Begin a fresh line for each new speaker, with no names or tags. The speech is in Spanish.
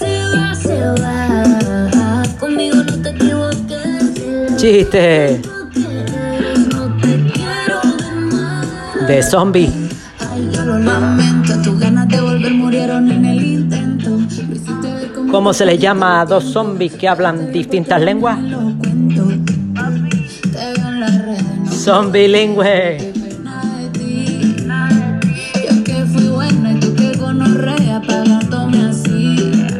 va, se va. Conmigo no te equivoques.
Chiste
No quieres, no te quiero ver más.
de zombie.
Ay, yo lo lamento. Tus ganas de volver murieron en el intento. Lo hiciste ver como
¿Cómo se le llama a dos zombies que hablan distintas lenguas?
lo cuento. Te veo en las redes, no
Son bilingües.